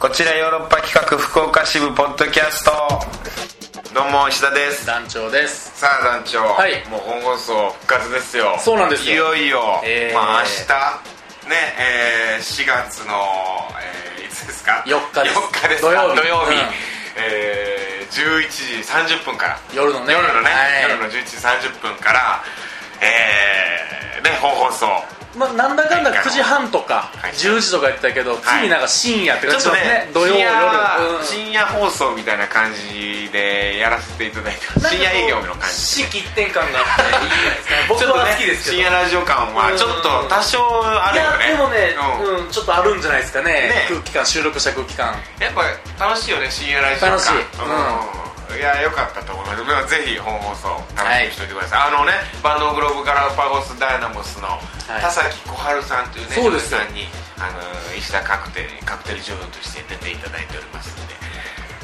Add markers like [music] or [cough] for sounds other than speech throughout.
こちらヨーロッパ企画福岡支部ポッドキャストどうも石田です団長ですさあ団長、はいもう本放送復活ですよそうなんですよいよいよ、えーまあ明日ねえー4月の、えーいつですか4日です4日ですか土曜日土曜日、うんえー11時30分から夜のね夜のね、はい夜の11時30分からえーね本放送まあ、なんだかんだ9時半とかはい10時とか言ってたけど次なんか深夜っちてょ感っじとですねね土曜深夜夜,、うん深夜放送みたいな感じでやらせていただいてます深夜営業の感じ四季一点感があっていいじゃないですか僕 [laughs] ちょっとはね好きですけ深ど、夜ラジオ感はちょっと多少あるいよやねでもね、うんうんちょっとあるんじゃないですかねね空気感収録した空気感やっぱ楽しいよね深夜ラジオ感楽しいうんいや良かったと思いますでもぜひ本放送楽しみにしておいてください、あのねバンドグローブガラパゴスダイナモスのい田崎小春さんというね、そうです女優さんにあの石田カクテルカクテル女優として出ていただいておりますんで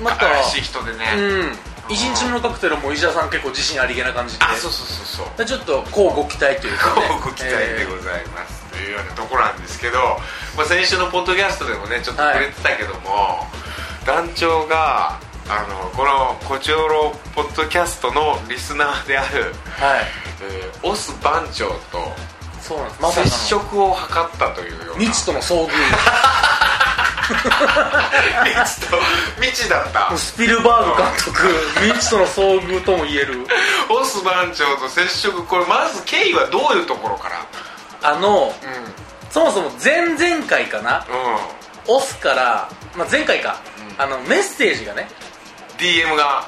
また新しい人でね、うん1日目のカクテルも石田さん結構自信ありげな感じであそうそうそうそうでちょっとこうご期待というか、ね、ご期待でございます、というようなところなんですけど、まあ、先週のポッドキャストでもねちょっと触れてたけども、団長があのこの「コチョロポッドキャスト」のリスナーである、えーはいえーオス番長とそうなんですまさ接かの触を図ったというような未知との遭遇未知と [laughs] 未知だったもうスピルバーグ監督未知との遭遇とも言えるオス番長と接触これまず経緯はどういうところからあのうんうんそもそも前々回かなオスから、まあ、前回か、うんあのメッセージがね DM が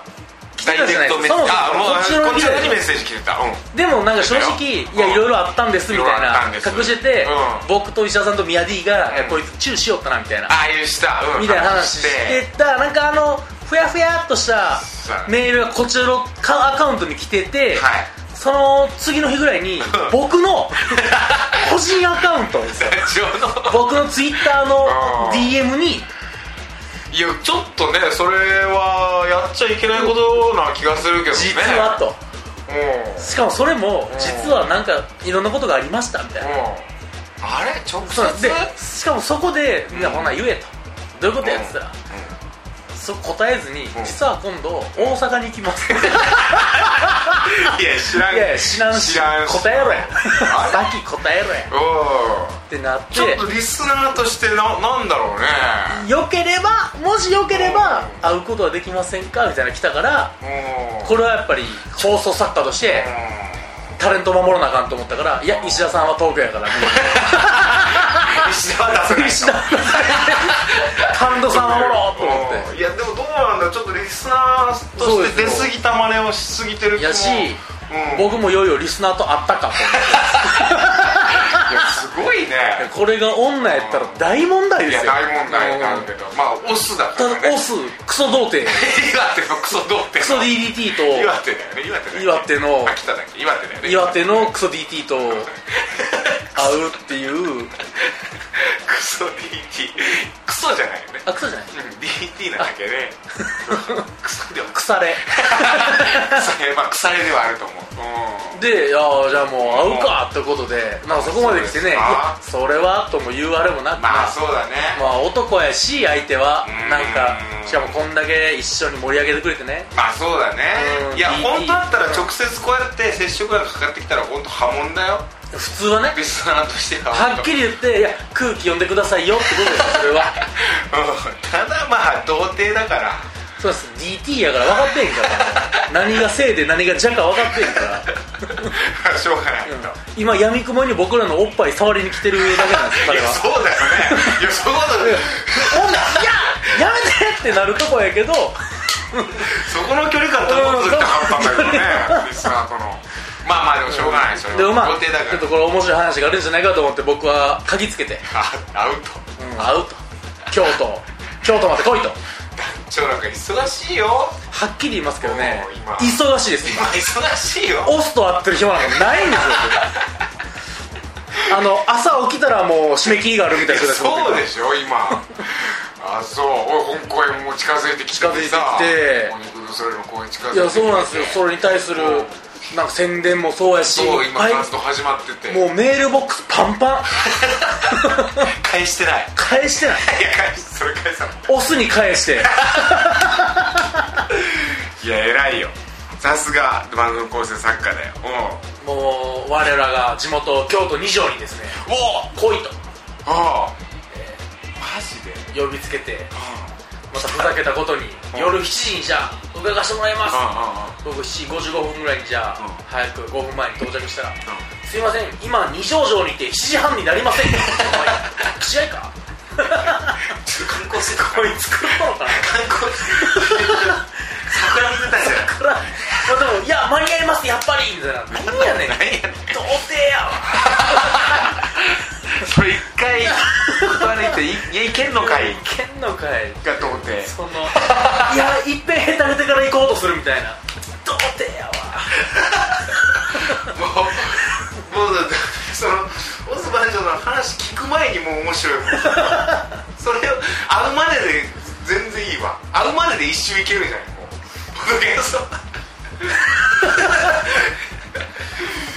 来てたじゃないですかダイレクトメッセージそもそもこっちあものうこっちのメッセージにメッセージ来てたうんでもなんか正直出たよいやいろいろあったんですみたいいろいろあったんなです隠してて、うん僕と石田さんと宮 D が、いやうんこいつチューしよったなみたいなああいうした、うん、みたいな話してたなんかあのふやふやっとしたそうメールがこちらのアカウントに来てて、はいその次の日ぐらいに僕の個人アカウントですよ団長の僕のツイッターのうん DM にいやちょっとねそれはやっちゃいけないことな気がするけどね実はとうんうんしかもそれも実はなんかいろんなことがありましたみたいなあれ直接そうなんですでしかもそこで「いやほな言え」と「どういうことや?」っつったら、そう答えずにん「実は今度大阪に行きます」 [laughs] いいや知らんやいや知らんし知らんし答えろやあれさっき答えろや」っうてなっんちょってとリスナーとしてななんだろうねよければもしよければ会うことはできませんかみたいなの来たからうんこれはやっぱり放送作家としてタレントを守らなあかんと思ったから「いや石田さんは東京やから」みたいな石田は出せないと石田神田さん守ろうと思ってうんいやでもどうなんだろうちょっとリスナーとして出過ぎた真似をしすぎてる気もやしうん僕もいよいよリスナーと会ったかと思っいやすごいねてこれが女やったら大問題いでやすよ大問題なんだけどまあオスだかたらだねオスクソ童貞岩手のクソ童貞クソ DDT と岩手だよね岩手だよね岩手の秋田だっけ岩手だよね岩手のクソ DT と会うっていうクソ DT クソじゃないよねあクソじゃないうん DT なんだけどねクソでは腐れ腐れまあ腐れではあると思ううんでいやじゃあもう会うかってことでなんかそこまで来てねいやそれはとも言うあれもなくまあそうだねまあ男やし相手はうんなんかしかもこんだけ一緒に盛り上げてくれてねまあそうだねうんいや DT 本当だったら直接こうやって接触がかかってきたら本当波紋だよ普通はねリスナーとしてははっきり言っていや空気読んでくださいよってことです [laughs] よそれはうんただまあ童貞だからそうです DT やから分かってへん [laughs] から何が正で何が邪か分かってへんからしょうがないと、今やみくもに僕らのおっぱい触りに来てるだけなんですい彼やはそうだよねいやそうだよね女いややめてってなるとこやけどそこの距離感保つって半端ないよねリスナーとのまあまあでもしょうがないそれでもまはあ童貞だかちょっらとこれ面白い話があるんじゃないかと思って僕は鍵つけて、あアウトうん、会うと京都京都まで来いと長なんか忙しいよはっきり言いますけどねおー忙しいです今忙しいよオスと会ってる暇なんかないんですよ [laughs] 僕あの朝起きたらもう締め切りがあるみたいな人たちそうでしょ今あそうおい本公演も近づいてきて近づいてきてお肉のそれの公演近づいいてやそうなんですよそれに対するなんか宣伝もそうやしそういっ今ぱい活動始まっててもうメールボックスパンパン返してない返してないいや返しそれ返さないオスに返していや偉いよさすが番組構成作家だようもう我らが地元京都二条にですねんお恋とおああマジで呼びつけてうまたふざけたことにうん夜7時にじゃあ伺わせてもらいますんうんうんうん僕7時55分ぐらいにじゃあうん早く5分前に到着したら「すいません今二条城にいて7時半にな [laughs] りません」おい試合かちょっと観光してこいつ食ったのかな観光桜見てたじゃんこれはまあでも「いや間に合いますやっぱり」みたいな「何やね何ん」やね童貞やわんそれ一回断れていいやいけんのかいけんのかいが童貞そのいやいっぺんへたれてから行こうとするみたいな童貞やわもう [laughs] もうだってそのオスバンジョの話聞く前にもう面白い [laughs] もんそれを会うまでで全然いいわ会うまでで一周いけるじゃん [laughs] もうポッドキャスト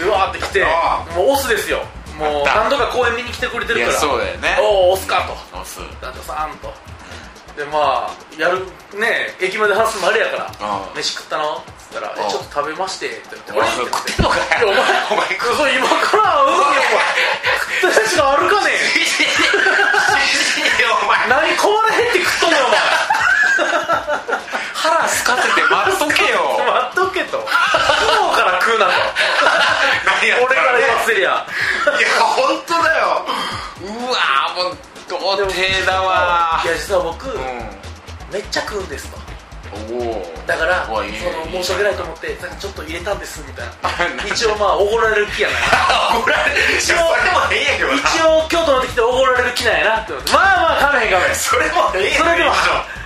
うわーって来てあもうオスですよもうあった何度か公演見に来てくれてるからだよねおおオスかとオス団長さんとでまあやるね駅まで話すのもあれやからああ飯食ったのっつったらあ「あえちょっと食べまして」って言ってお「前俺食ってんのかいやよおお前前食うそう今から会うのにお前食ったやつがあるかねいやお前何壊れへんって食っとんねんお前 [laughs] 腹すかせて待っとけよ待っとけと今日から食うなと何やった俺から言わせりいゃや本当だようわーもう童貞だわいや実は僕、うめっちゃ食うんですとんおおだからおそいいねの申し訳ないと思ってなんかちょっと入れたんですみたい [laughs] あなな一応まあ怒られる気やな怒られる一 [laughs] 一応応それもええやけどな一応京都の時って怒られる気なんやなって思ってまあまあかめへんかめへんそれもええやけどそれでも [laughs]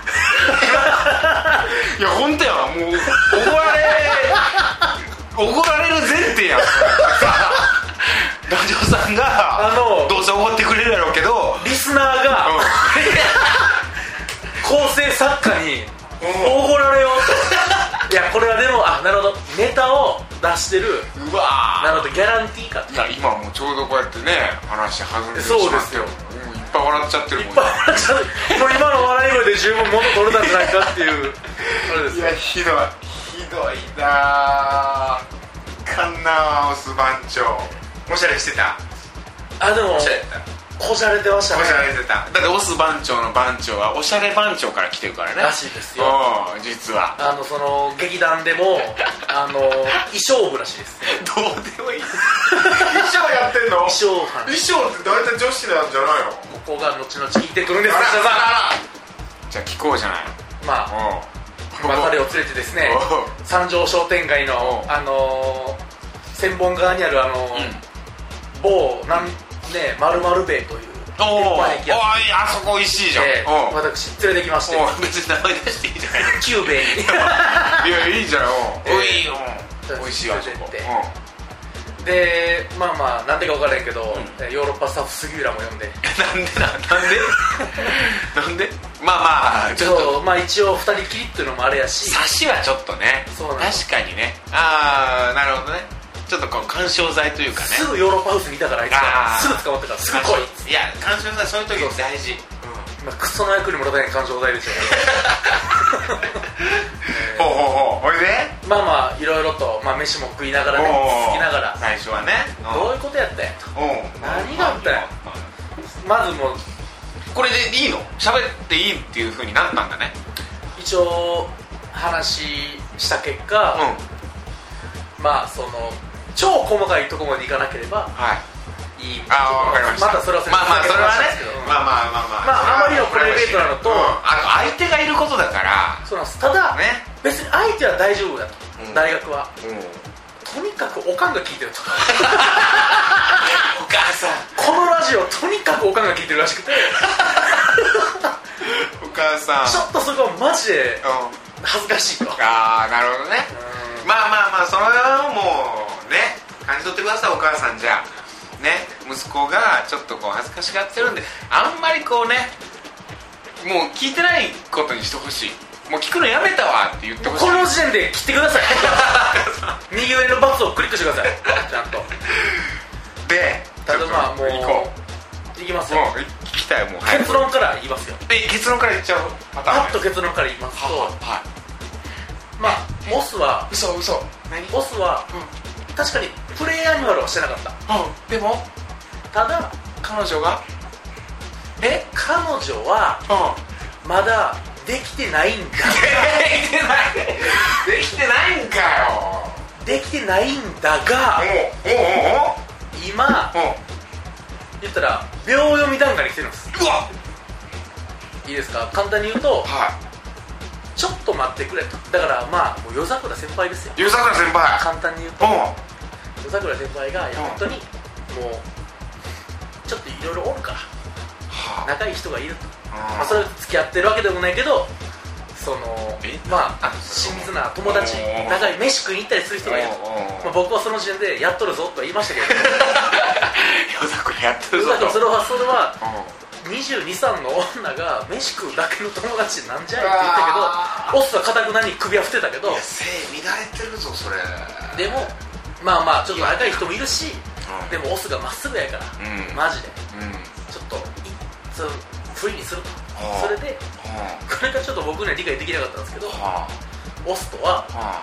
いや本当やわもう怒られ怒られる前提や [laughs] んラジオさんがあのどうせ怒ってくれるやろうけどリスナーが構成作家にうん怒られよういやこれはでもあなるほどネタを出してるうわーなるほどギャランティーか [laughs] いや今もうちょうどこうやってね話弾んでそうですよよもういっぱい笑っちゃってるもんねもう今の笑い声で十分物取れたんじゃないかっていうあれですいやひどいひどいなあかんなあオス番長おしゃれしてたあでもおしゃれやっこじゃれてましたたねおしゃれしてただってオス番長の番長はおしゃれ番長から来てるからねらしいですようん実はあのその劇団でもあの衣装部らしいですどうでもいい [laughs] 衣装やってんの衣装班衣装って大体女子なんじゃないのここが後々聞いてくるんですあら吉田さあらじゃあ聞こうじゃないんまあう別れを連れてですねお三条商店街のおあのー千本川にあるあのー某なんねまるまるべという鉄おおお板い焼き屋さんあそこ美味しいじゃん、でうん私連れてきましてお別に名前出していいじ [laughs] ゃない久兵衛にいやいいじゃんおえーいいよ美味しいわそこ連れてってでまあまあなんでか分からへんけど、えヨーロッパスタッフ杉浦も呼んでなん [laughs] でななんでなんでまあまあちょっそとうまあ一応二人きりっていうのもあれやし差しはちょっとねそうなの確かにねああなるほどねちょっとこう干渉剤というかねすぐヨーロッパハウスにいたからあいつあがーすぐ捕まってからすぐ来いっつっていや干渉剤そういう時大事まあクソの役にも立たへん感情大ですよ [laughs] ほうほうほうほいでまあまあいろいろと、まあ、飯も食いながらねつつきながら最初はねどういうことやったんやとうんうん何があったんやまずもうこれでいいの喋っていいっていうふうになったんだね一応話した結うん果、まあその超細かいところまでいかなければはいいいあわかりましたまたそれはまあまあそれはねままああまあまあまあまああまりのプライベートなのとうんあと相手がいることだからそうなんですただ、ね別に相手は大丈夫だと、うん大学はうんとにかくおかんが聞いてるおと母さんこのラジオとにかくおかんが聞いてるらしくてお母さんちょっとそこはマジでうん恥ずかしいとああなるほどねまあまあまあそれはもうね感じ取ってくださいお母さんじゃあね息子がちょっとこう恥ずかしがってるんであんまりこうねもう聞いてないことにしてほしいもう聞くのやめたわって言ってほしいこの時点で切ってください右上のバツをクリックしてくださいちゃんとでただまあちもょうっと行こいきますうよもう聞きたいもう結はい論から言いますよえ結論から言っちゃうパタパーッンと結論から言いますとはいまあボスは嘘嘘何ボスは確かにプレイアニマルはしてなかったうんでもただ彼女がえ彼女はうんまだできてないん [laughs] だできてないできてないんかよできてないんだがおう今おうおうおう言ったら秒読み段階に来てるんですうわいいですか簡単に言うとはちょっと待ってくれとだからまあもう夜桜先輩ですよい湯桜先輩簡単に言うとおう夜桜先輩がいや本当にもうちょっといろいろおるからは仲いい人がいると、まあ、あそれ付き合ってるわけでもないけどそのえまああ親密な友達おー仲いい飯食いに行ったりする人がいると、まあ、僕はその時点でやっとるぞとは言いましたけ夜桜やってるどぞだからそれはそれはうん223の女が飯食うだけの友達なんじゃいうって言ったわけどオスはかたくなに首は振ってたけどいや性乱れてるぞそれでもまあまあちょっと仲いい人もいるしうんでもオスがまっすぐやから、うんマジでうんちょっといその不意にするとあーそれではこれがちょっと僕には理解できなかったんですけどあはオスとはあはあ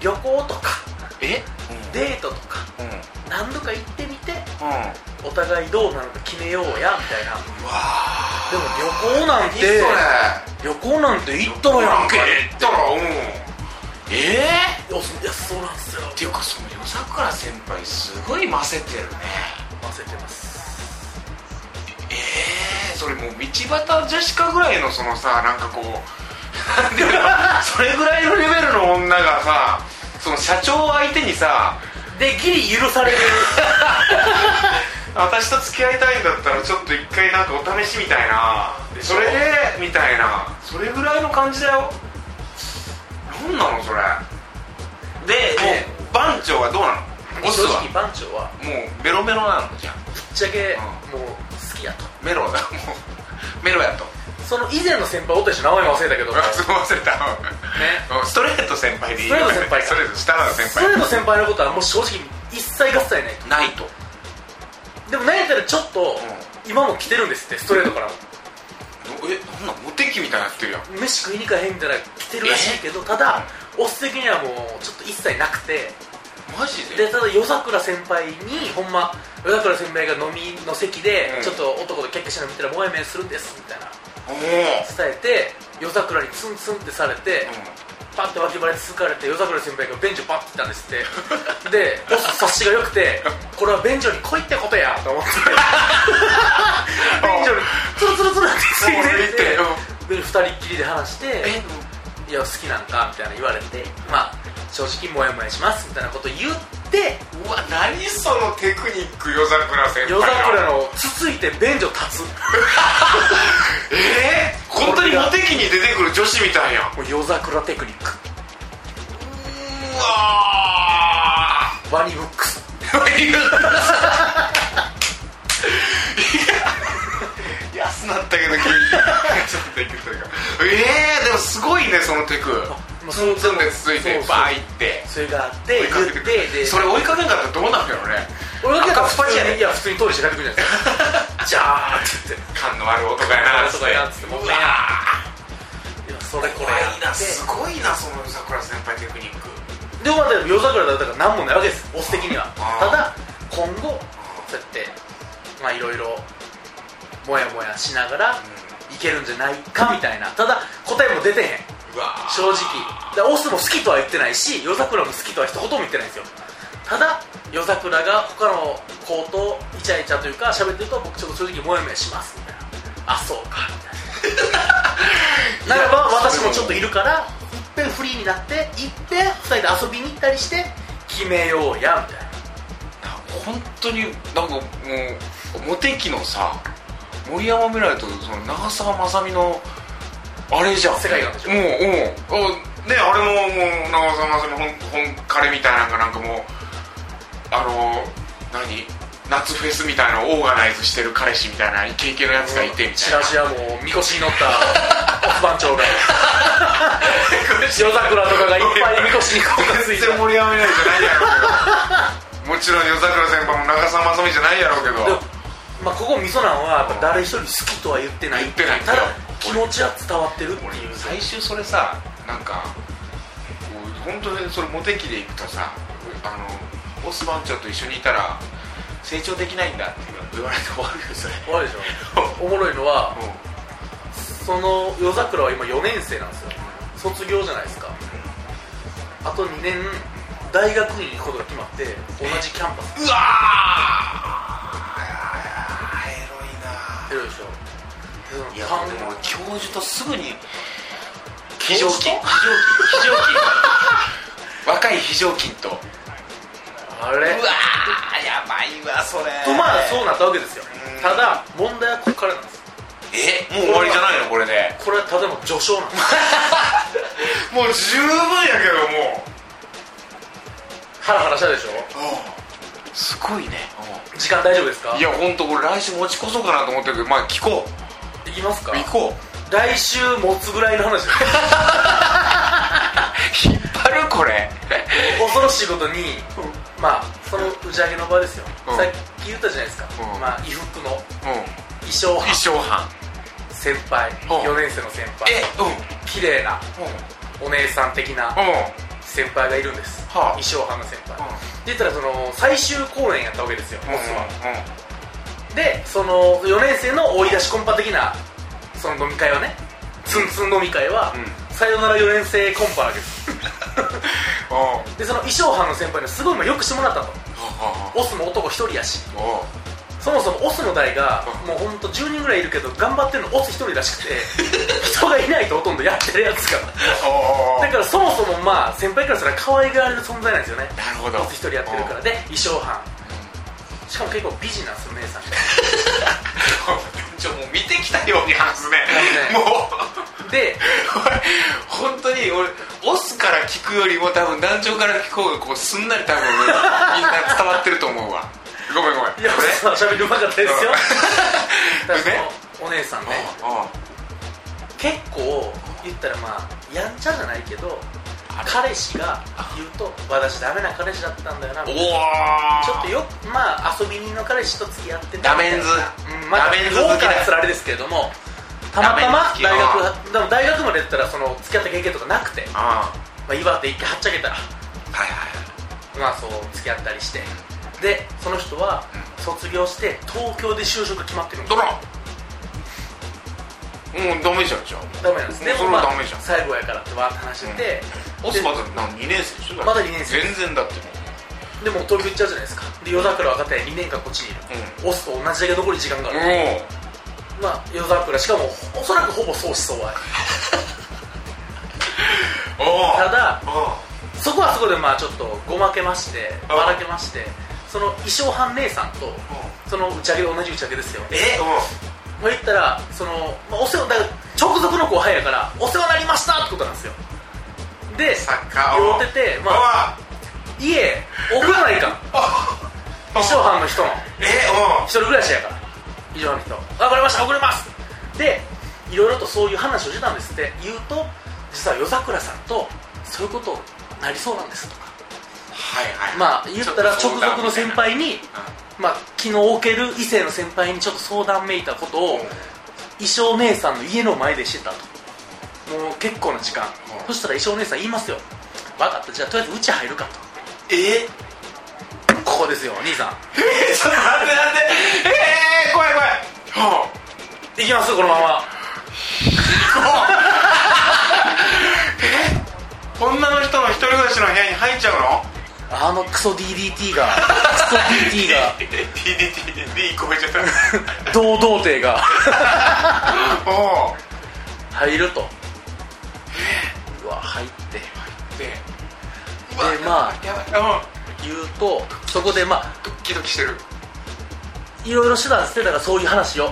旅行とかえデートとかうんうん何度か行ってみてうんお互いどうなのか決めようやみたいなうわでも旅行なんーてそれ旅行なんて行ったらやんか行ったらうんええオスいやそうなんですよっていうかその夜桜先輩すごい混ぜてるね忘れてますええそれもう道端ジェシカぐらいのそのさなんかこう [laughs] なんていうかそれぐらいのレベルの女がさその社長を相手にさでギリ許される私と付き合いたいんだったらちょっと一回なんかお試しみたいなでしょそれでみたいなそれぐらいの感じだよなんなのそれ [laughs] でねもう番長はどうなのオス正は直番長はもうベロベロなのじゃんぶっちゃけうもう好きやとメロだもうメロやとその以前の先輩おったでしょ名前も忘れたけ [laughs] どあそう忘れたねストレート先輩でいいストレート先輩かストレート下の先ストレー輩ト先輩のことはもう正直一切合切なないといとでも何やったらちょっと今も来てるんですってストレートからもえなんなんモテ期みたいになってるやん飯食いに行かへんみたいな来てるらしいけどただオス的にはもうちょっと一切なくてマジでただ夜桜先輩にほんま夜桜先輩が飲みの席でうんちょっと男とキャッキャしてるの見たらモヤモヤするんですみたいなおお伝えて夜桜にツンツンってされてパッて脇腹つつかれて夜桜先輩が便所バッて来たんですってでボス察しが良くてこれは便所に来いってことやと思って便所にツルツルツルってついてってで二人っきりで話してえいや好きなんかみたいな言われてまあ正直モヤモヤしますみたいなこと言ってうわ何そのテクニック夜桜先輩夜桜ののつついて便所立つえー、本当にモテ期に出てくる女子みたいやんうもう夜桜テクニックわーワニブックスいや安なったけど急に安なったけどええー、でもすごいねそのテクまあツンツンでつついそうてそうバーいってそれがあって追い言かっけてくてでるそれ追いかけんかったらどうなるんやろね俺だけだった赤ら普っ恥や通ねにいや普通に通りして帰ってくるじゃない [laughs] ですかじゃーって言って感の悪い男やな男やなっつってうわ僕ねいやそれこれ怖やいなってすごいなその桜先輩テクニックでもまだ夜桜だったから何もないわけですオス的にはあたーだ今後そうやってまあいろいろモヤモヤしながらいけるんじゃないかみたいなただ答えも出てへんうわ正直だからオスも好きとは言ってないし夜桜も好きとは一言も言ってないんですよただ夜桜が他の子とイチャイチャというか喋ってると僕ちょっと正直モヤモヤしますみたいなあそう [laughs] かみたいなならば私もちょっといるからいっぺんフリーになっていっぺん2人で遊びに行ったりして決めようやみたいな本当になんかもうモテ期のさ森山未来とその長澤まさみのあれじゃん世界観でしょもううんおねあれももう長澤まさみ本本彼みたいなのがなんかもうあの何夏フェスみたいなのをオーガナイズしてる彼氏みたいなイケイケのやつがいてみたいチな [laughs] ラシはもうみこしに乗ったオス番長が夜桜とかがいっぱいみこしに顔がつ全いて然盛り上げないじゃないやろう [laughs] けどもちろん夜桜先輩も長澤まさみじゃないやろうけでどもまあ、ここみそなんはやっぱ誰一人好きとは言ってない言ってないただ気持ちは伝わってるっていう俺最終それさなんかこう本当にそれモテ期でいくとさあのオス番長と一緒にいたら成長できないんだって言われて終わるよそれ [laughs] あれでしょおもろいのはもうその夜桜は今4年生なんですよ卒業じゃないですかあと2年大学に行くことが決まって同じキャンパうわースいやいやエロいでしょエロいないでやそのでも教授とすぐに非常非勤常勤非常 [laughs] 勤若い非常勤とうわあれーやばいわそれとまあそうなったわけですようんただ問題はここからなんですよえもう終わりじゃないのこれでこれはただの序章なんですもう十分やけどもハラハラしたでしょうすごいね時間大丈夫ですかいや本当これ来週持ち越そうかなと思ってるけどまあ聞こう行きますか行こう来週持つぐらいの話です引っ張るこれ恐ろしいことに、まあその打ち上げの場ですよ、うんさっき言ったじゃないですか、うんまあ衣服のう衣装ん生半先輩、うん4年生の先輩えうん綺麗なお姉さん的なうんうん先輩がいるんです、はあ衣装班の先輩、うんで言ったらその最終公演やったわけですよ、モスはうんでその4年生の追い出しコンパ的なその飲み会はねツンツン飲み会は、うさよなら4年生コンパなわけですあでその衣装班の先輩にすごいまあよくしてもらったとあオスも男1人やしああそもそもオスの代がうんもうほんと10人ぐらいいるけど頑張ってるのオス1人らしくて [laughs] 人がいないとほとんどやってるやつがだからそもそもまあ先輩からしたら可愛がられる存在なんですよねなるほどオス1人やってるからで衣装班しかも結構美人なんですよ姉さんがちょもう見てきたように話すねももううで [laughs] 本当に俺オスから聞くよりも多分団長から聞こうがこうすんなり多分みんな伝わってると思うわごめんごめん [laughs] いやオスは喋りうまかった [laughs] ですようんだからそねのお姉さんねあ結構言ったらまあやんちゃじゃないけど彼氏が言うと私ダメな彼氏だったんだよなみたいなちょっあとよくまあ遊び人の彼氏と付き合ってたダメンズうんまあダメンズ好きだ豪華なつられですけれどもたまたダまメンズ好き大学でも大学まで行ったらその付き合った経験とかなくて、まああ、岩手行ってはっちゃけたらはいはいまあそう付き合ったりしてでその人は卒業して東京で就職決まってるんでドすロもうダメじゃんじゃダメなんですでもうそもれまはあダメじゃん最後やからってわーって話してて、オスまだ2年生でしょまだ二年生全然だってでもう東京行っちゃうじゃないですかで夜桜若手2年間こっちにいる、オスと同じだけ残り時間がある、もまあ夜桜しかもおそらくほぼ相思相愛うんおただおそこはそこでまあちょっとごまけましてばらけましてその衣装班姉さんとその打ち上げで同じ打ち上げですよえまあ言ったらその、まあ、お世話だから直属の後輩やからお世話になりましたってことなんですよでサッカーを酔うてて、まあ、家送らないかん衣装班の人のえお一人暮らしやから以上の人分かりました送りますでいろいろとそういう話をしてたんですって言うと実は夜桜さんとそういうことなりそうなんですとかはいはいまあ言ったら直属の先輩にまあ昨日おける異性の先輩にちょっと相談めいたことを衣装姉さんの家の前でしてたともう結構な時間んそしたら衣装姉さん言いますよ分かったじゃあとりあえずうち入るかとえここですよ兄さんえちょっと待って待ってええ怖い怖いは行きますこのままあ女の人の一人暮らしの部屋に入っちゃうのあのクソ DDT がクソ DT [laughs] が DDT で D 超えちゃっ堂々帝 [laughs] がたおお入るとうわ入ってででまあやばいやばい言うとそこでまあドッキドキしてるいろいろしてたんですってだからそういう話を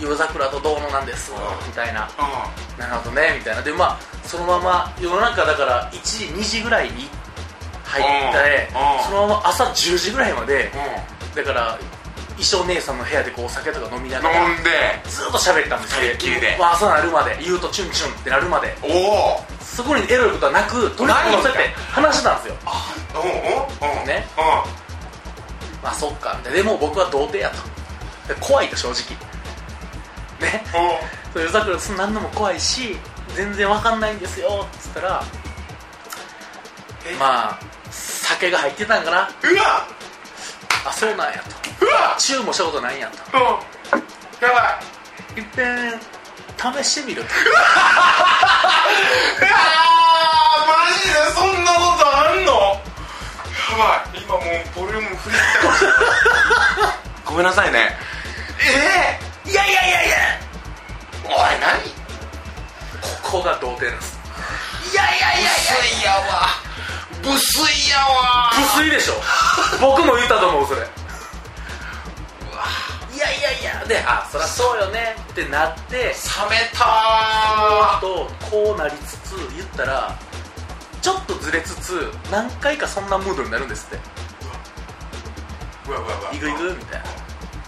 夜桜とどうのなんですみたいなうんなるほどねみたいなでまあそのまま世の中だから1時2時ぐらいに入ってうんうんそのまま朝10時ぐらいまでうだから衣装姉さんの部屋でこうお酒とか飲みながらん飲んでずっと喋ったんです二人っきりでまあ、朝なるまで言うとチュンチュンってなるまでおおそこにエロいことはなくとりあえずそうやって話してたんですようんうんうんねうまあそっかみたいなでも僕は童貞やとで怖いと正直ねんうんそう夜桜そんなんのも怖いし全然わかんないんですよっつったらえまあ酒が入ってたんかなうわあそうなんやとうわチューもしたことないんやとうんやばいいっぺん試してみるとうわーマジでそんなことあんのやばい今もうボリューム増えてます [laughs] ごめんなさいねえいやいやいやいやー、おい何ここが童貞なんですいやいやいやいやいやわ無水やわ無粋でしょ僕も言ったと思うそれいやいやいやであそりゃそうよねってなって冷めたーとこうなりつつ言ったらちょっとずれつつ何回かそんなムードになるんですってうわうわうわいくいくみたいな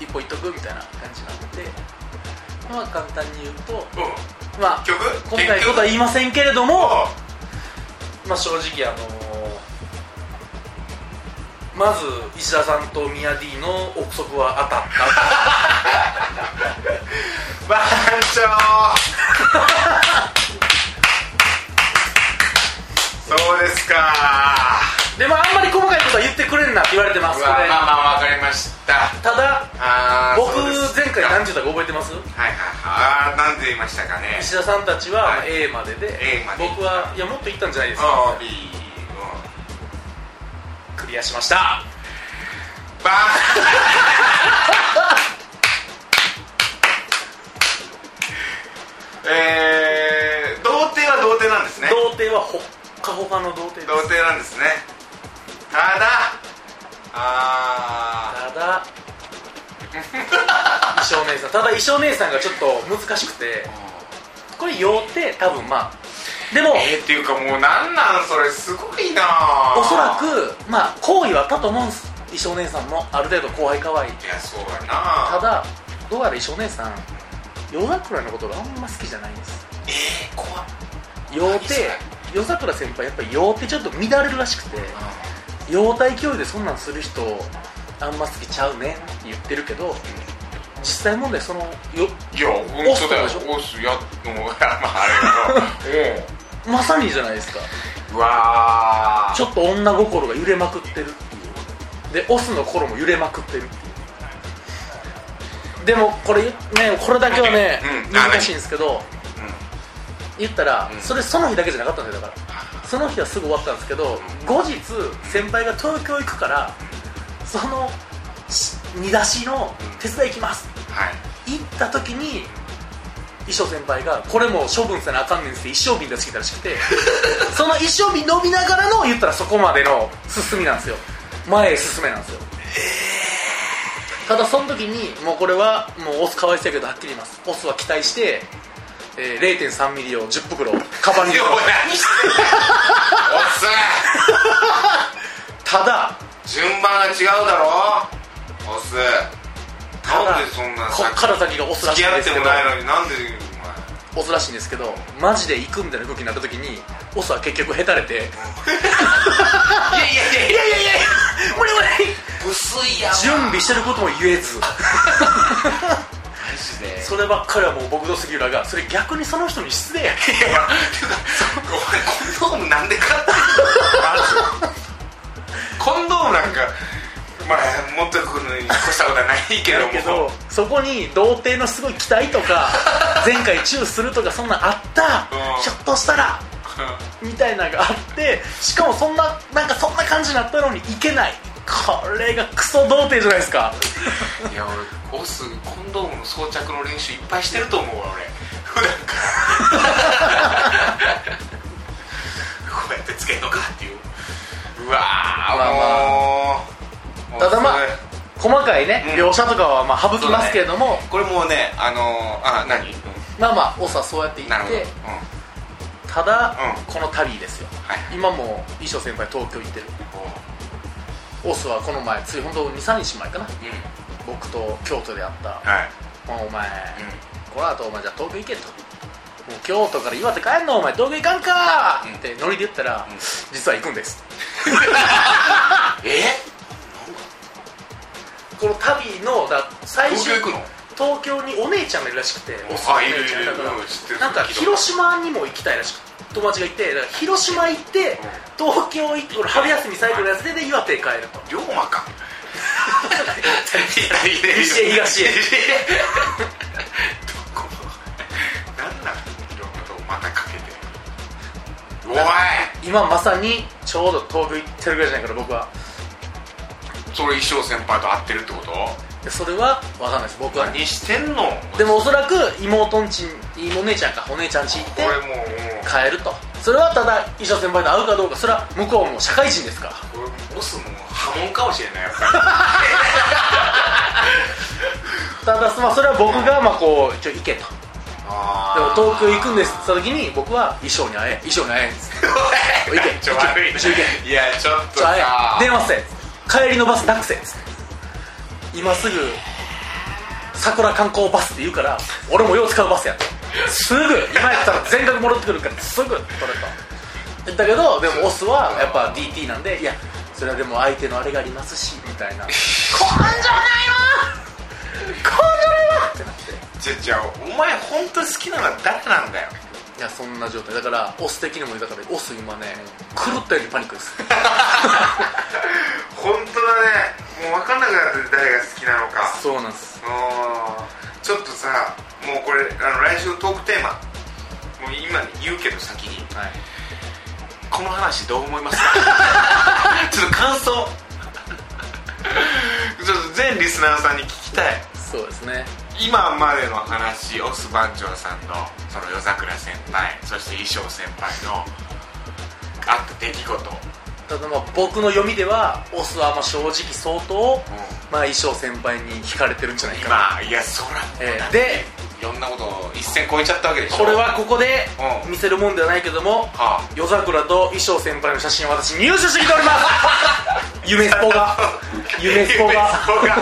一歩いっとくみたいな感じになってまあ簡単に言うとうんまあ結局今回のことは結言いませんけれど局もまあ正直あのまず石田さんと宮 D の憶測は当たった番長そうですかでもあんまり細かいことは言ってくれんなって言われてますうこわれまあまあわかりましたただあー僕そうです前回はい何て言ったか覚えてますはいはいあーなんて言いましたかね石田さんたちはまあはい A までで A まで僕はいやもっと言ったんじゃないですあーか B うんクリアしましたバーン [laughs] えー、童貞は童貞なんですね童貞はほっかほかの童貞です童貞なんですねただあただ衣装姉さんただ衣装姉さんがちょっと難しくてーこれ用って多分まあでもえー、っていうかもうなんなんそれすごいなおそらくまあ好意はあったと思うんです衣装姉さんもある程度後輩可愛いいやそうやなただどうやら衣装姉さん夜桜のことがあんま好きじゃないんですえー、怖っ妖何それて夜桜先輩やっぱり妖てちょっと乱れるらしくて妖体教育でそんなんする人あんま好きちゃうねって言ってるけど実際問題そのよいや押本す当とだよかでしょ押すやもうまああれやろまさにじゃないですかうんうわーちょっと女心が揺れまくってるっていうでオスの心も揺れまくってるっていうでもこれねこれだけはね、うん難しいんですけど言ったら、うんそれその日だけじゃなかったんですよだからその日はすぐ終わったんですけど後日先輩が東京行くからそのし煮出しの手伝い行きますはい行った時に衣装先輩がこれもう処分せなあかんねんっつって一生瓶出してきたらし [laughs] くてその一生瓶飲みながらの言ったらそこまでの進みなんですよ前へ進めなんですよただその時にもうこれはもうオスかわいそうやけどはっきり言いますオスは期待して、えー、0.3ミリを10袋カバンに入れよて何してんのおただっす順番が違うだろおっすたなだんでそんなこっから先がオスら付しいきん合でってすけもどないのになんでオスらしいんですけどマジで行くみたいな動きになった時にオスは結局へたれてお前いやいやいやいやいや無理無理薄いや準備してることも言えずマジでそればっかりはもう僕と杉浦がそれ逆にその人に失礼やけいやいやて [laughs] かお前コンドームなんで買ったのコンドームなんかまあ持ってくるのに越したことはないけどどもけど [laughs] そこに童貞のすごい期待とか前回チューするとかそんなんあったうんひょっとしたらみたいなのがあってしかもそんななんかそんな感じになったのにいけないこれがクソ童貞じゃないですかいや俺オスコンドームの装着の練習いっぱいしてると思うわ俺普段から [laughs] こうやってつけんのかっていううわー、まあまもうただまあもう細かいね、うん描写とかはまあ省きますけれども、それこれもうねあのー、あ何、うんまあまあオスはそうやって言なるっほど、うんて、ただ、うんこの旅ですよはい今も衣装先輩東京行ってるオスはこの前つい本当に23日前かなうん僕と京都で会ったはい「もうお前、うんこの後お前じゃあ東京行け」ともう京都から岩手帰んのお前東京行かんかうんってノリで言ったら、うん実は行くんですえこの旅のだ最東終京行くの東京にお姉ちゃんがいるらしくてあおすのお姉いるいちゃんるだからうん知ってるなんか聞いた広島にも行きたいらしく友達がいてだから広島行って東京行ってこれ春休み最後のやつでで岩手帰ると龍馬か西へ東へどこなんなん龍馬とまたかけておい今まさにちょうど東京行ってるぐらいじゃないから僕はそれ一生先輩と会ってるってことでそれは分かんないです僕は何してんのでもおそらく妹んちにお姉ちゃんかお姉ちゃんち行ってこれもうも帰るとそれはただ衣装先輩と会うかどうかそれは向こうも社会人ですからうこれボスも波紋かもしれ [laughs] ないやっぱりただ、まあ、それは僕がまあこう一応行けとでもあー東京行くんですって言った時に僕は衣装に会え衣装に会えんです [laughs] おい行けちょ悪い一緒に行いやちょっとちょ会えさ電話せ帰りのバスなくせつって今すぐ桜観光バスって言うから俺もよう使うバスやとすぐ今やったら全額戻ってくるからすぐ取れとだけどでもオスはやっぱ DT なんでいやそれはでも相手のあれがありますしみたいな根性ないわ根性ないわってなってじゃじゃあお前本当に好きなのは誰なんだよいやそんな状態だからオス的にもだからオス今ね狂ったようにパニックです本当だねもう分かんなくなってて誰が好きなのか [laughs] そうなんですうんちょっとさもうこれあの来週のトークテーマもう今言うけど先にはいこの話どう思い [laughs] ますかちょっと感想ちょっと全リスナーさんに聞きたいそうですね今までの話オス番長さんのその夜桜先輩そして衣装先輩のあった出来事、ただまあ僕の読みではオスはまあ正直相当、まあ、衣装先輩に惹かれてるんじゃないかな、今いやそらもうえーだってでいろんなことを一線超えちゃったわけでしょこれはここでうん見せるもんではないけども、は夜桜と衣装先輩の写真を私入手してきております [laughs] 夢スポが夢ス [laughs] ポが夢スポが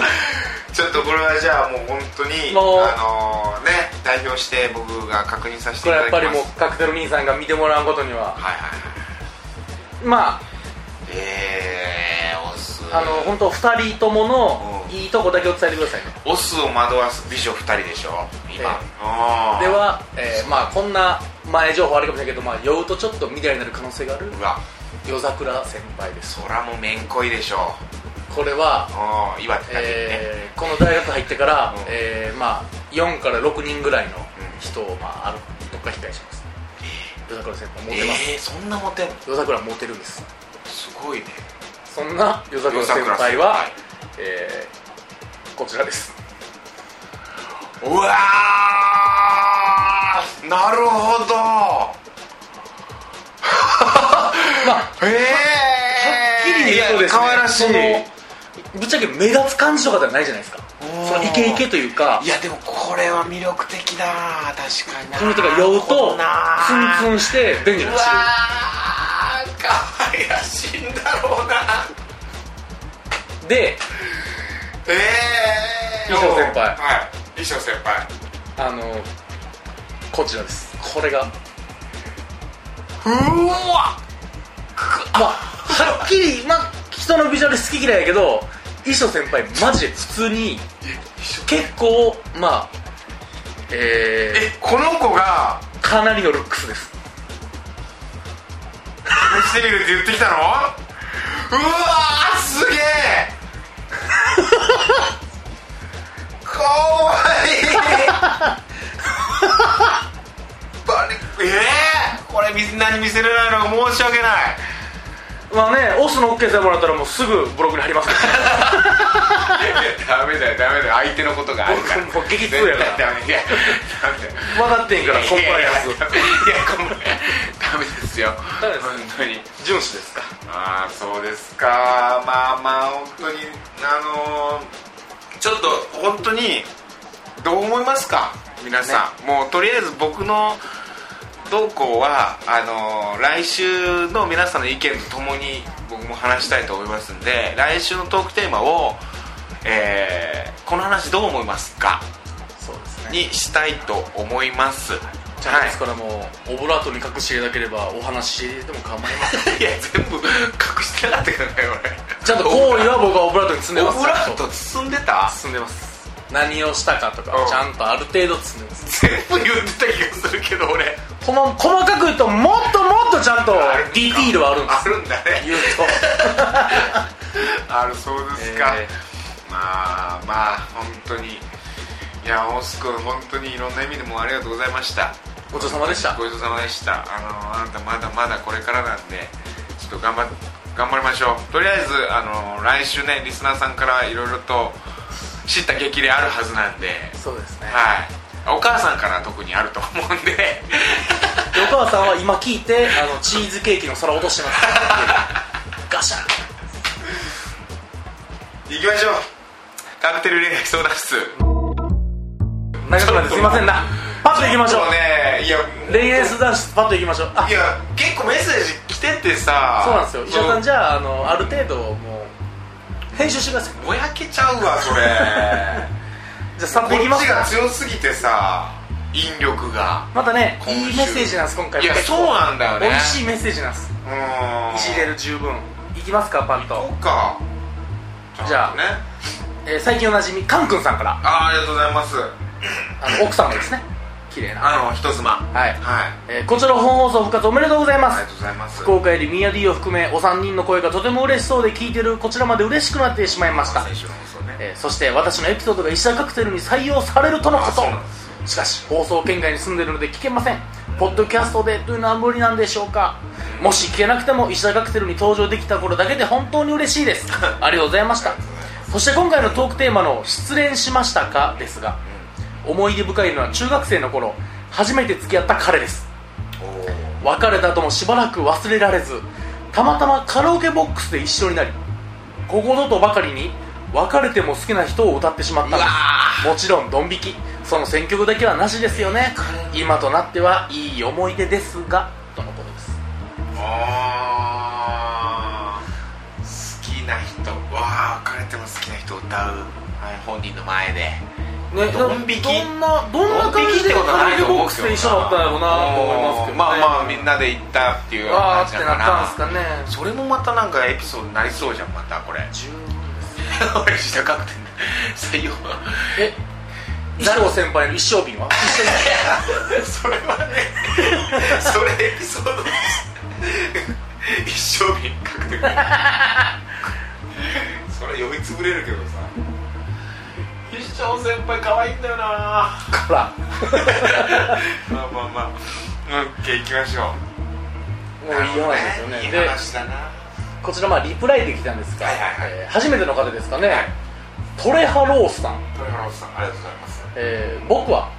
ちょっとこれはじゃあもう本当にもうあのね代表して僕が確認させてこいれたやだっきますぱりもうカクテル兄さんが見てもらうことにははいはいはいまあえー、オスあの本当二人とものうんいいとこだけを伝えてくださいねオスを惑わす美女2人でしょ今、うんでは、えーまあこんな前情報あるかもしれないけど、まあ、酔うとちょっとみたいになる可能性があるうわ夜桜先輩ですそらもうめんこいでしょこれは、うん岩手だけにね、えーこの大学入ってから、うんえーまあ、4から6人ぐらいの人を、まあ、あるどっか控えします夜桜先輩モテます、えー、そんなモテんの夜桜モテるんですすごいねそんな夜桜先輩は、えーこちらですうわーなるほど [laughs] へえはっきり言うとですね可愛らしいそのぶっちゃけ目立つ感じとかではないじゃないですかおーそのイケイケというかいやでもこれは魅力的だな確かになこの人が酔うことんなツンツンして便利うなわ走るー可愛らしいんだろうなでええー、衣装先輩はい衣装先輩あのこちらですこれがうわまあ、はっきり、まあ、人のビジュアル好き嫌いやけど、衣装先輩、マジで普通に、結構、まあ、ええこの子がー、かなりのルックスです。ミステリルって言ってきたのうわーすげえかわいいバリえー、これみんなに見せれないのが申し訳ないまあね、オスの OK さえもらったら、もうすぐブログに貼ります [laughs] けどねダメだよダメだよ相手のことがあるから僕もう激痛やから絶対ダメいやダメだよ分かってんから、コンプライアいンやいやコンプライアンスダメですよダメです本当にス。純子ですか。ああそうですかまあまあ本当にあのーちょっと本当にどう思いますか皆さん、もうとりあえず僕の動向はあのー来週の皆さんの意見とともに僕も話したいと思いますんで来週のトークテーマを、えーこの話どう思いますかそうですね。にしたいと思いますちゃんはといですからもうオブラートに隠していただければお話しでも構いませんいや全部 [laughs] 隠してなかったからね [laughs] ちゃんと行為は僕はオブラートに包んで俺まオすブラート包んでた包んでます何をしたかとかうんちゃんとある程度包んでます全部言ってた気がするけど俺この細かく言うともっともっとちゃんとあるんかディティールはあるんであするんだね言うあるそうですか、えまあまあ本当にいやオス君本当にいろんな意味でもうありがとうございましたとごちそうさまでしたごちそうさまでしたあのあなたまだまだこれからなんでちょっと頑張っ頑張りましょうとりあえずあの来週ねリスナーさんからいろいろと知った激励あるはずなんでそうですねはいお母さんから特にあると思うんで [laughs] でお母さんは今聞いてあのチーズケーキの皿落としてますガシャン行きましょうカクテル恋愛相談室長くなってすいませんなパッと行きましょうもねいや恋愛相談室パッと行きましょうあいや結構メッセージ来ててさそうなんですよ石田さんそのじゃああのある程度もう編集してくださいぼやけちゃうわそ [laughs] れじゃあさっと行きこまっちすがか強すぎてさ引力がまたね今週いいメッセージなんです今回いやそうなんだよね美味しいメッセージなんですうーんいじれる十分いきますかパッそと、うかじゃあねえー最近おなじみカンくんさんからあーありがとうございますあの奥様ですね綺麗なあの人妻はいはい、あえーこちら本放送復活おめでとうございまりすがとうございます福岡よりミヤ D を含めお三人の声がとても嬉しそうで聞いてるこちらまで嬉しくなってしまいました先週の放送ねえーそして私のエピソードが石田カクテルに採用されるとのこあそうなんでとしかし放送圏外に住んでるので聞けませんポッドキャストでというのは無理なんでしょうかもし聞けなくても石田カクテルに登場できた頃だけで本当に嬉し [laughs] いですありがとうございましたそして今回のトークテーマの「失恋しましたか?」ですが思い出深いのは中学生の頃初めて付き合った彼ですお別れた後もしばらく忘れられずたまたまカラオケボックスで一緒になりここぞとばかりに別れても好きな人を歌ってしまったんでうわすもちろんドン引きその選曲だけはなしですよね今となってはいい思い出ですがとのことですあー好きな人わあ別れても好きな人を歌う、はい、本人の前でねドン引きどんなどんな感じドン引きってでことはカなラオいケとボ思ッうけどクスで一緒だったんやろうなと思いますけど、ね、まあまあみんなで行ったっていうような感わーっじてだなかったんですらかねそれもまたなんかエピソードになりそうじゃんまたこれ十俺下確定採用はえ一生先輩の一生瓶は一緒にそれはねそれエピソードです一生瓶確定それ酔いつぶれるけどさ一生先輩可愛いんだよなまからあまあまあうん OK 行きましょうもういい話ですよねいいで話だなこちらまあリプライできたんですが、はいはいはいえー初めての方ですかね、はいトレハロースさん、豊原さんありがとうございますえー僕は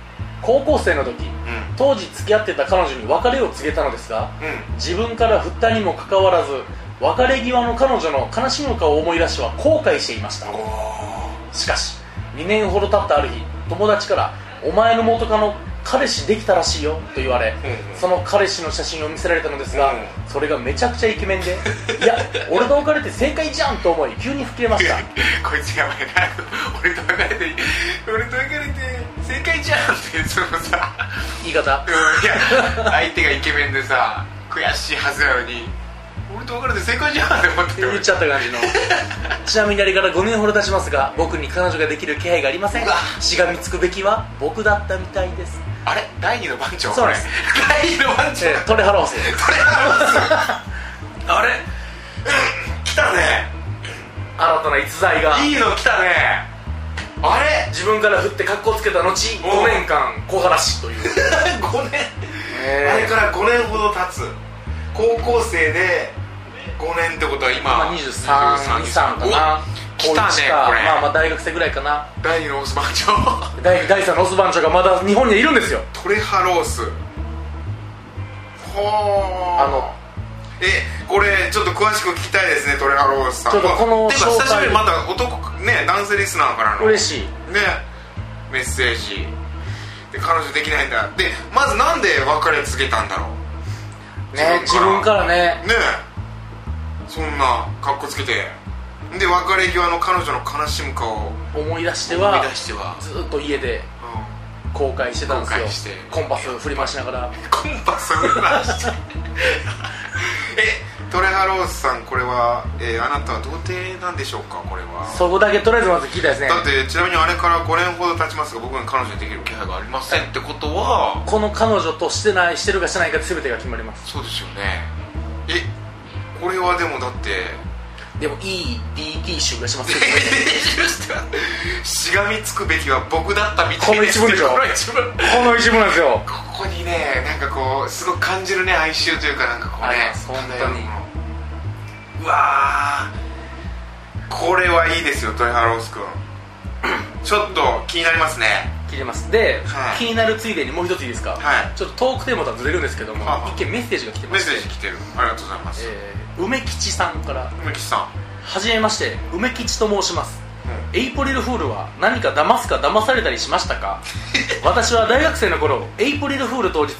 高校生の時うん当時付き合ってた彼女に別れを告げたのですがうん自分から振ったにもかかわらず別れ際の彼女の悲しむ顔を思い出しは後悔していましたおおしかし2年ほど経ったある日友達から「お前の元カノ彼氏できたらしいよ」と言われ、うんうんその彼氏の写真を見せられたのですが、うんそれがめちゃくちゃイケメンで [laughs] いや俺と別れて正解じゃんと思い急に吹っ切れま [laughs] した [laughs] こいつやばいな俺と別れて俺と別れて正解じゃんってそのさ言い方うんいや相手がイケメンでさ悔しいはずなのに俺と別れて正解じゃんって思って言っちゃった感じの [laughs] ちなみにあれから5年ほど経ちますが僕に彼女ができる気配がありませんうわしがみつくべきは僕だったみたいですあれ第二の番長そうなんですこれ第二の番長えートレハロースこれあのあれうん来たね新たな逸材がいいの来たねあれ自分から振って格好つけた後5年間小原氏という、 5年あれから5年ほど経つ高校生で5年ってことはま今あ、23三かうなわ来たね高一かこれまあまあ大学生ぐらいかな第4ス番長第第3のオス番長がまだ日本にはいるんですよトレハロースほーあのえこれちょっと詳しく聞きたいですねトレハロースさんちょっとこのあてか紹介久しぶりにまた男ね男性リスナーからのね嬉しいメッセージで彼女できないんだでまずなんで別れ告げたんだろうね自自分分かからねねえそんな格好つけてで別れ際の彼女の悲しむ顔を思い出して思いは出してはずっと家でう公開してたん公で開しすてよコンパス振り回しながらコンパス振り回 [laughs] [laughs] してえトレハローズさんこれは、えーあなたは童貞なんでしょうかこれはそこだけとりあえずまず聞きたいですねだってちなみにあれから5年ほど経ちますが僕に彼女にできる気配がありませんってことはこの彼女としてないしてるかしてないかで全てが決まりますそうですよねえこれはでもだってでもいい DT 集が [laughs] しますしがみつくべきは僕だったみたいですこの一文でしょこの一文この一部なんですよここにねなんかこうすごく感じるね哀愁というかなんかこうありねます本当に漂うものうわーこれはいいですよトイハロース君 [clears throat] ちょっと気になりますね切れますで、はい気になるついでにもう一ついいですか、はいちょっとトークテーマとはずれるんですけども、はあはあ一件メッセージが来てメまッしセてージ来てるありがとうございますえー梅吉さんから梅吉さ「はじめまして梅吉と申しますん、うんエイポリルフールは何か騙すか騙されたりしました [laughs] か私は大学生の頃エイポリルフール当日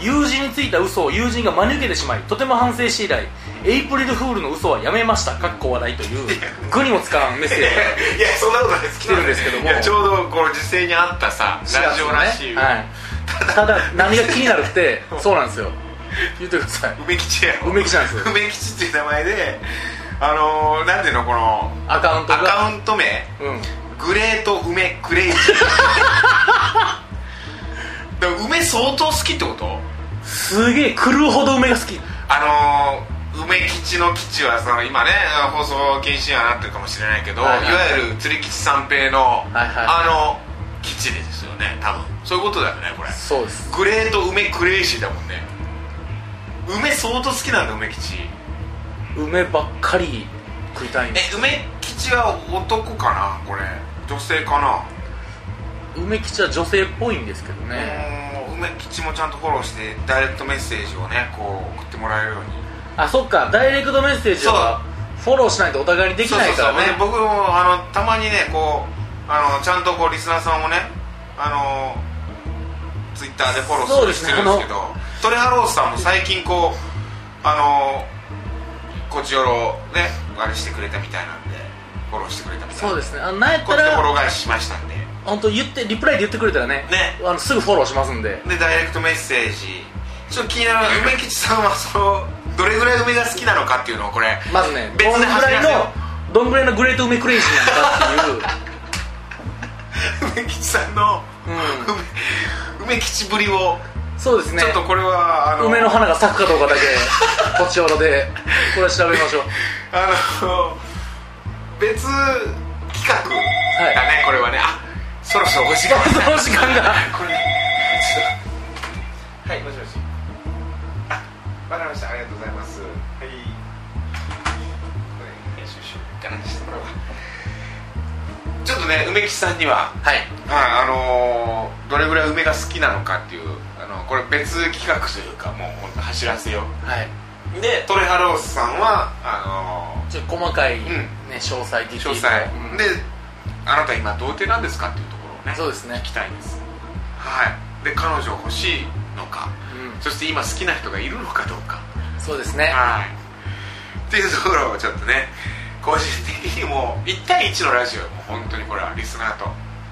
友人についた嘘を友人が真に受けてしまいとても反省して以来エイポリルフールの嘘はやめましたかっこ笑いという具にもつかんメッセージがいやそんなことないです来てるんですけどもいやちょうどこの時勢にあったさ [laughs] ラジオらしい、はい、ただ何が気になる [laughs] ってそうなんですよ言ってください梅吉やろ梅吉なんですよ梅吉っていう名前であのー、なんていうのこのアカウントアがカウント名うんグレート梅ク [laughs] レイジーでも梅相当好きってことすげえ狂うほど梅が好きあのー、梅吉の吉はその今ね放送禁止にはなってるかもしれないけど、はいいはいはいわゆる釣り吉三平の、はいはいあの吉ですよね多分そういうことだよねこれそうですグレート梅クレイジーだもんね梅相当好きなんだ梅吉梅ばっかり食いたいんでえ梅吉は男かなこれ女性かな梅吉は女性っぽいんですけどねうーん梅吉もちゃんとフォローしてダイレクトメッセージをねこう送ってもらえるようにあそっかダイレクトメッセージはフォローしないとお互いにできないからねそうそうそうで僕もあのたまにねこうあのちゃんとこうリスナーさんもねあのツイッターでフォロそうーですするしねてるんですけどトレハロースさんも最近こうあのこっちよろねあれしてくれたみたいなんでフォローしてくれたみたいなそうですねあのなんやっこたっちでフォらロー返ししましたんで本当言ってリプライで言ってくれたらねねあのすぐフォローしますんででダイレクトメッセージちょっと気になる梅吉さんはそのどれぐらい梅が好きなのかっていうのをこれ [laughs] まずね別どんでぐ走ららいせようのどんぐらいのグレート梅クレイジーなのかっていう梅吉さんの、梅梅吉ぶりを [laughs] そうですねちょっとこれはあの梅の花が咲くかどうかだ [laughs] けこっちほどでこれは調べましょうあの別企画だね、はこれはねあそろそろお時間その時間がこれねちょっとはいもしもしあわかりましたありがとうございますはいこれ編集しようかなしてもらおうかちょっとね梅吉さんにははいはい、あのーどれぐらい梅が好きなのかっていうあのこれ別企画というかもう本当走らせよはい、うでトレハロースさんはあちょっと細かい、ねん詳細のディーテ詳ィール細うんであなた今童貞なんですかっていうところをねそうですね聞きたいですはいで彼女欲しいのかうそして今好きな人がいるのかどうかん、そうですねはいっていうところをちょっとね個人的にもう1対1のラジオよもう本当にこれはリスナーと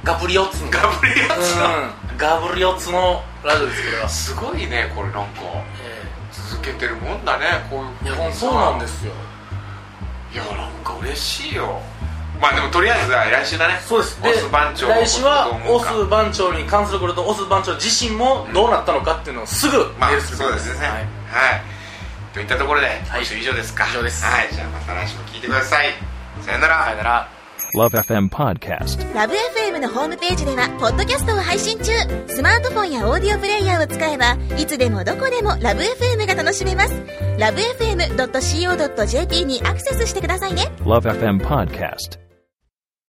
ガブリオッツのガブリアスの、うん、ガブリオッツのラジオですけど、すごいねこれなんかえ続けてるもんだねこういうえいやふにほんさそうなんですよいやなんか嬉しいよまあでもとりあえずは来週だねそうですオス番長のこと来週はどう思オうかス番長に関することとオス番長自身もどうなったのかっていうのをすぐメまーあルするこそとうですねははいい、といったところで今週以上ですか、以上ですはいじゃあまた来週も聞いてくださいさよならさよなら Love FM Podcast. ラブ f m のホームページではポッドキャストを配信中スマートフォンやオーディオプレイヤーを使えばいつでもどこでもラブ f m が楽しめますラブ FM.co.jp にアクセスしてくださいね Love FM Podcast.